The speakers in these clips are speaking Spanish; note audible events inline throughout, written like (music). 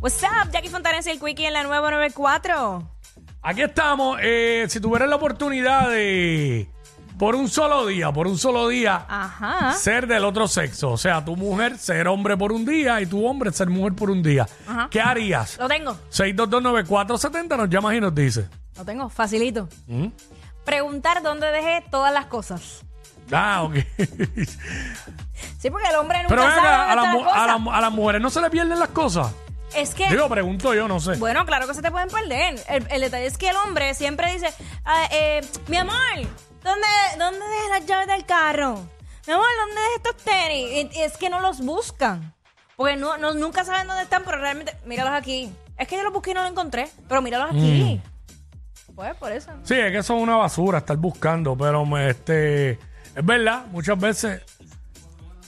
What's up, Jackie Fontanes y el Quickie en la 994. Aquí estamos. eh, si tuvieras la oportunidad de, por un solo día, por un solo día, Ajá. ser del otro sexo, o sea, tu mujer ser hombre por un día y tu hombre ser mujer por un día, ¿qué harías? Lo tengo, 6229470 nos llamas y nos dices. lo tengo, facilito. Mm-hmm. Preguntar dónde dejé todas las cosas. Ah, ok. Sí, porque el hombre nunca (laughs) Pero ven sabe acá, a, dónde están las mu- las a cosas. las mu- a las mujeres no se les pierden las cosas. Es que, Digo, pregunto yo, no sé. bueno, claro que se te pueden perder. El, el detalle es que el hombre siempre dice, ah, eh, mi amor, ¿dónde, ¿dónde dejé las llaves del carro? Mi amor, ¿dónde dejé estos tenis? Y- y es que no los buscan. Porque no, no- nunca saben dónde están, pero realmente, míralos aquí. Es que yo los busqué y no los encontré, pero míralos aquí. Mm. Pues por eso. Sí, es que son una basura estar buscando, pero me- este, es verdad, muchas veces,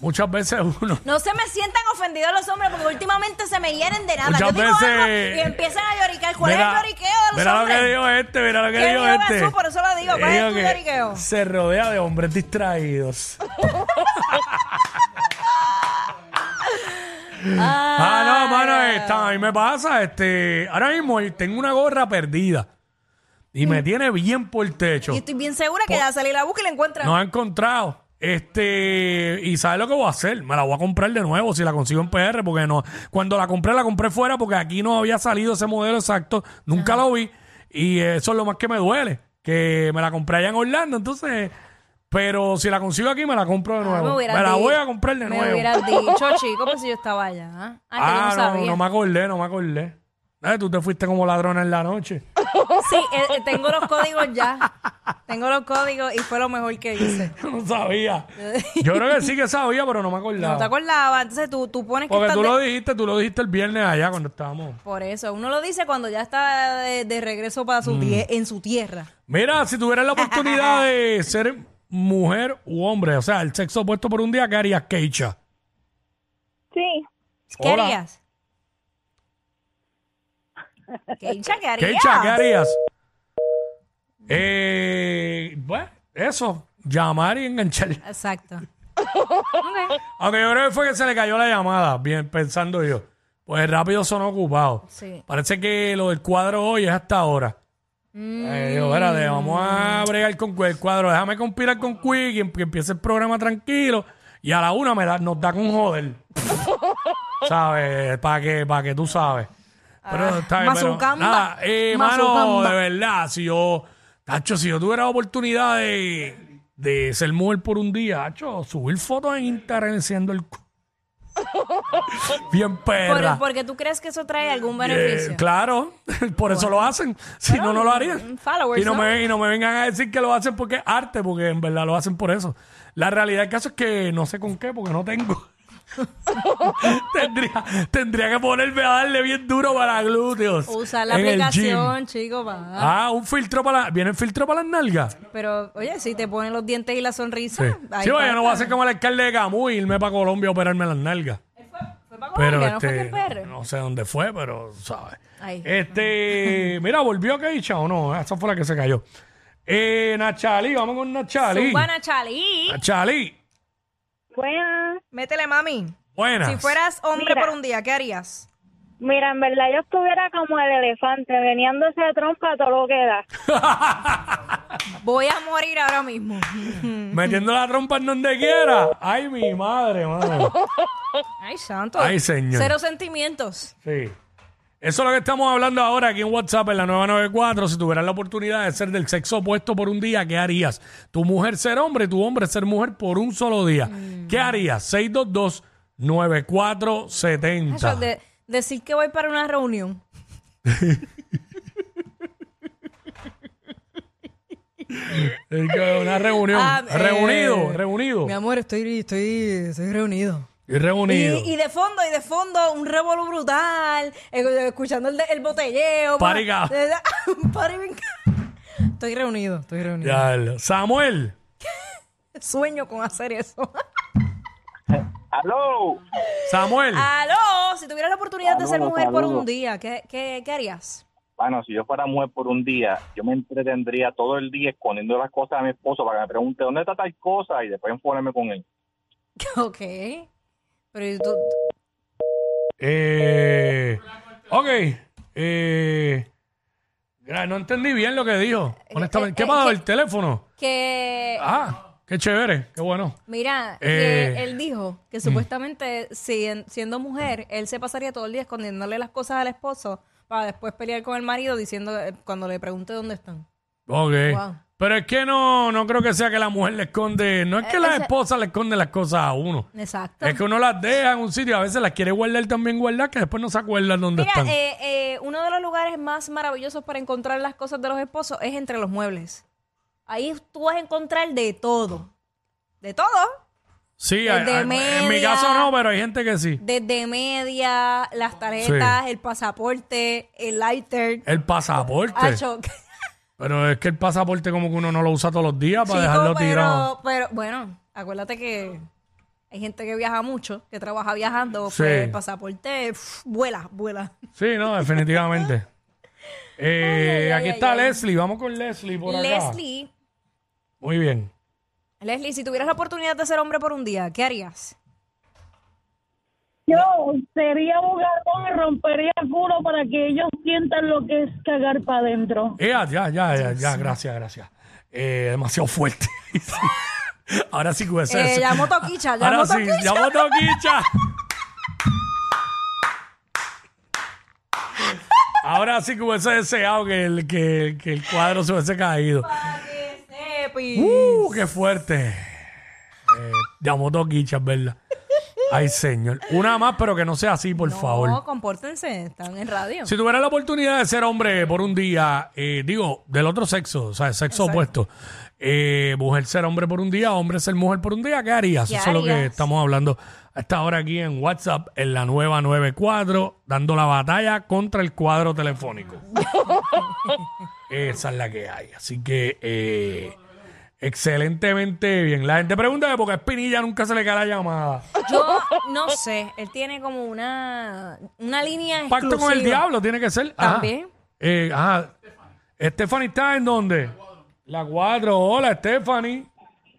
muchas veces (laughs) uno... No se me sientan ofendidos los hombres porque últimamente se me hieren de nada. Yo Muchas digo veces- algo y empiezan a lloriquear. ¿Cuál es el lloriqueo de los mira hombres? lo que dijo este, mira lo que ¿Qué dijo dijo este. Jesús? Por eso lo digo, ¿cuál es Dijo tu que lloriqueo? Se rodea de (laughs) hombres distraídos. Ah, no, mano, esta, a mí me pasa, este, ahora mismo tengo una gorra perdida y me tiene bien por el techo. Mm. Y estoy bien segura que ya salí la busca y la encuentran. No ha encontrado. Este, y ¿sabes lo que voy a hacer? Me la voy a comprar de nuevo si la consigo en PR, porque no, cuando la compré, la compré fuera porque aquí no había salido ese modelo exacto, nunca lo vi, y eso es lo más que me duele, que me la compré allá en Orlando, entonces, pero si la consigo aquí, me la compro de Ah, nuevo. me hubieras la dicho- voy a comprar de Me nuevo. (laughs) hubieras dicho, chico, pues si yo estaba allá. Ah, que yo ah, no no, sabía. no me acordé, no me acordé. Eh, tú te fuiste como ladrona en la noche. (laughs) Sí, eh, eh, tengo los códigos ya. Tengo los códigos y fue lo mejor que hice. Yo no (laughs) sabía. Yo creo que sí que sabía, pero no me acordaba. No te acordabas. Entonces tú, tú pones que porque estás tú de- lo dijiste, tú lo dijiste el viernes allá cuando estábamos. Por eso, uno lo dice cuando ya está de, de regreso para Mm. su tie- en su tierra. Mira, si tuvieras la oportunidad de ser mujer u hombre, o sea, el sexo opuesto por un día, ¿qué harías, Keisha? Sí, ¿Qué Hola. harías? ¿Qué hincha que harías? Keisha, ¿qué harías? Eh, bueno, eso, llamar y enganchar. Exacto. Aunque yo creo que fue que se le cayó la llamada, bien pensando yo. Pues rápido son ocupados. Sí. Parece que lo del cuadro hoy es hasta ahora. Eh, digo, espérate, vamos a bregar con el cuadro. Déjame compilar con Quick y em- que empiece el programa tranquilo. Y a la una me da- nos da con joder. ¿Sabes? Para que, para que tú sabes. Pero, está bien, pero Ah, mazucamba, nada, eh, mano, mazucamba. de verdad, si yo, tacho, si yo tuviera la oportunidad de, de ser mujer por un día, tacho, subir fotos en Instagram enciendo el cu- (laughs) Bien perra. Por, porque tú crees que eso trae algún Eh, beneficio. claro, (laughs) por eso lo hacen. Si no, no lo harían. mm, followers, y, no ¿no? Me, y no me vengan a decir que lo hacen porque es arte, porque en verdad lo hacen por eso. La realidad del caso es que no sé con qué, porque no tengo. (laughs) tendría, tendría que ponerme a darle bien duro para glúteos. Usar la en el gym. aplicación, chico, va. Ah, un filtro para. la- ¿Viene el filtro para las nalgas? Pero, oye, si te ponen los dientes y la sonrisa. Sí. Ah, ahí Sí, bueno, está. yo no voy a ser como el alcalde de Camus y irme para Colombia a operarme las nalgas. Fue para Pero Colombia, este, Oh, no fue aquí en PR. no sé dónde fue, pero sabes. Ahí. Este, (laughs) mira, volvió Keisha o no, esa fue la que se cayó. Eh, Nachali, vamos con Nachali. Zumba, Chalí. Nachali, buenas. Métele, mami. buenas. Si fueras hombre Mira. por un día, ¿qué harías? Mira, en verdad yo estuviera como el elefante, veniéndose de trompa a todo lo que da. Voy a morir ahora mismo. Mm. Metiendo la trompa en donde quiera. Ay, mi (laughs) madre, mano. Ay, santo. Ay, señor. Cero sentimientos. Sí. Eso es lo que estamos hablando ahora aquí en WhatsApp en la 994. Si tuvieras la oportunidad de ser del sexo opuesto por un día, ¿qué harías? Tu mujer ser hombre, tu hombre ser mujer por un solo día. ¿Qué Mm. harías? 622-9470. Eso de- decir que voy para una reunión. Es que Una reunión. Ah, eh, reunido, reunido. Ah, eh, amor, estoy, estoy, estoy reunido. Y reunido. Y, y de fondo, y de fondo, un revolú brutal, eh, escuchando el, de- el botelleo. Party pa- (laughs) ga- Party ga- Estoy reunido, estoy reunido. Ya, el- Samuel. Sueño con hacer (laughs) eso. ¡Aló! Samuel. Ah. Aló, si tuvieras la oportunidad Ah, de ser Saludos, mujer por saludos. un día, ¿qué, qué, qué harías? (laughs) Bueno, si yo fuera mujer por un día, yo me entretendría todo el día escondiendo las cosas a mi esposo para que me pregunte dónde está tal cosa y después informarme con él. Ok. Pero ¿y tú, Eh, ok. Eh, gra- no entendí bien lo que dijo. Honestamente. ¿Qué eh, pasó? ¿qué? El teléfono. que Ah, qué chévere. Qué bueno. Mira, Eh. que él dijo que supuestamente si- siendo mujer, él se pasaría todo el día escondiéndole las cosas al esposo para después pelear con el marido diciendo eh, cuando le pregunte dónde están. Ok. Wow. Pero es que no, no creo que sea que la mujer le esconde. No es que Eh, la ese- esposa le esconde las cosas a uno. Exacto. Es que uno las deja en un sitio, a veces las quiere guardar también guardar, que después no se acuerdan dónde Mira, están. eh, eh, uno de los lugares más maravillosos para encontrar las cosas de los esposos es entre los muebles. Ahí tú vas a encontrar de todo. De todo. sí, de hay- hay- en mi media. caso no, pero hay gente que sí. Desde media, las tarjetas, el pasaporte, el lighter. El pasaporte. Acho, Pero es que el pasaporte como que uno no lo usa todos los días (laughs) Chico, para dejarlo pero, tirado. pero bueno, acuérdate que hay gente que viaja mucho, que trabaja viajando, Sí. pues el pasaporte pf, vuela, vuela. (laughs) Sí, no, definitivamente. Eh, Ay, ay, aquí ay, está ay. Leslie, vamos con Leslie por acá. Leslie, Muy bien. Leslie, si tuvieras la oportunidad de ser hombre por un día, ¿qué harías? Yo sería bugarrón y rompería el culo para que ellos sientan lo que es cagar para adentro. Ya, ya, ya, ya, ya, gracias, gracias. Eh, demasiado fuerte. (laughs) Sí. Ahora sí que hubiese Eh, eso. llamó Toquicha, llamó Ahora sí, Toquicha. (laughs) llamó Toquicha. Ahora sí que hubiese deseado que el, que, que el cuadro se hubiese caído. ¡Uh, qué fuerte! Eh, llamó Toquicha, es verdad. Ay, señor. Una más, pero que no sea así, por favor. No, compórtense, están en radio. Si tuviera la oportunidad de ser hombre por un día, eh, digo, del otro sexo, o sea, sexo opuesto, eh, mujer ser hombre por un día, hombre ser mujer por un día, ¿qué harías? ¿Qué Eso es lo que harías? estamos hablando a esta hora aquí en WhatsApp, en la nueva 94, dando la batalla contra el (laughs) cuadro telefónico. Esa es la que hay. Así que, eh, excelentemente bien. La gente pregunta que porque a Espinilla nunca se le cae la llamada. Yo no sé, él tiene como una, una línea Pacto con el exclusiva. diablo tiene que ser. Ajá. También. Eh, ajá. Stephanie está en dónde? La 4. Hola, Stephanie.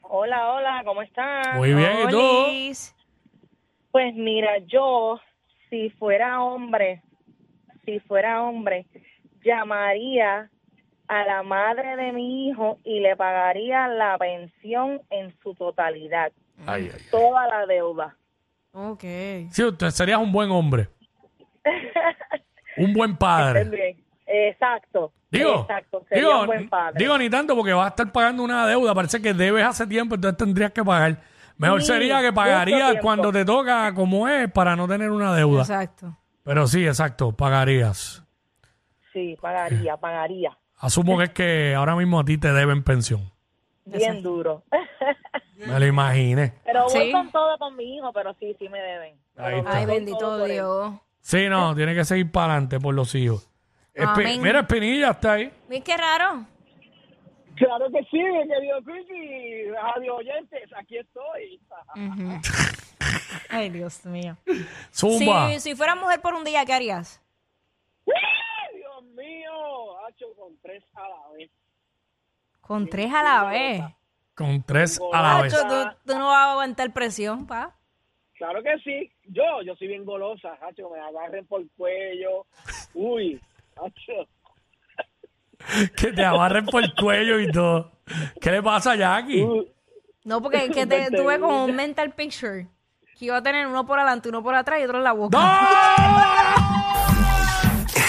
Hola, hola, ¿cómo están? Muy bien, ¿y tú? Olis. Pues mira, yo, si fuera hombre, si fuera hombre, llamaría a la madre de mi hijo y le pagaría la pensión en su totalidad, Ay, ay. toda la deuda. Ok. Sí, usted serías un buen hombre. un buen (laughs) padre. Bien, exacto. Digo, exacto, sería digo, un buen padre. digo, ni tanto porque vas a estar pagando una deuda. Parece que debes hace tiempo, entonces tendrías que pagar. Mejor Sí, sería que mucho pagarías tiempo. cuando te toca, como es, para no tener una deuda. Exacto. Pero sí, exacto, pagarías. Sí, pagaría, pagaría. Asumo que es que ahora mismo a ti te deben pensión. Bien duro. (laughs) Me lo imaginé. Pero voy Sí. con todo con mi hijo, pero sí, sí me deben. Pero Ahí voy Ay, está. con todo bendito por él. Dios. Sí, no, tiene que seguir para adelante por los hijos. Espi- Amén. Mira, Espinilla está ahí. Mira qué raro. Claro que sí, mi querido Cristi. Radio oyentes, aquí estoy. Ay, Dios mío. Zumba. Si, si fueras mujer por un día, ¿qué harías? ¡Ay, Dios mío, hacho con tres a la vez. Con tres a la vez. Con tres a la vez. Nacho, tú, tú no vas a aguantar presión, pa. Claro que sí. Yo, yo soy bien golosa, hacho, me agarren por el cuello. Uy, hacho. Que te agarren por el cuello y todo. ¿Qué le pasa a Jackie? No, porque (laughs) es que te, tuve como un mental picture. Que iba a tener uno por adelante, uno por atrás y otro en la boca. (laughs)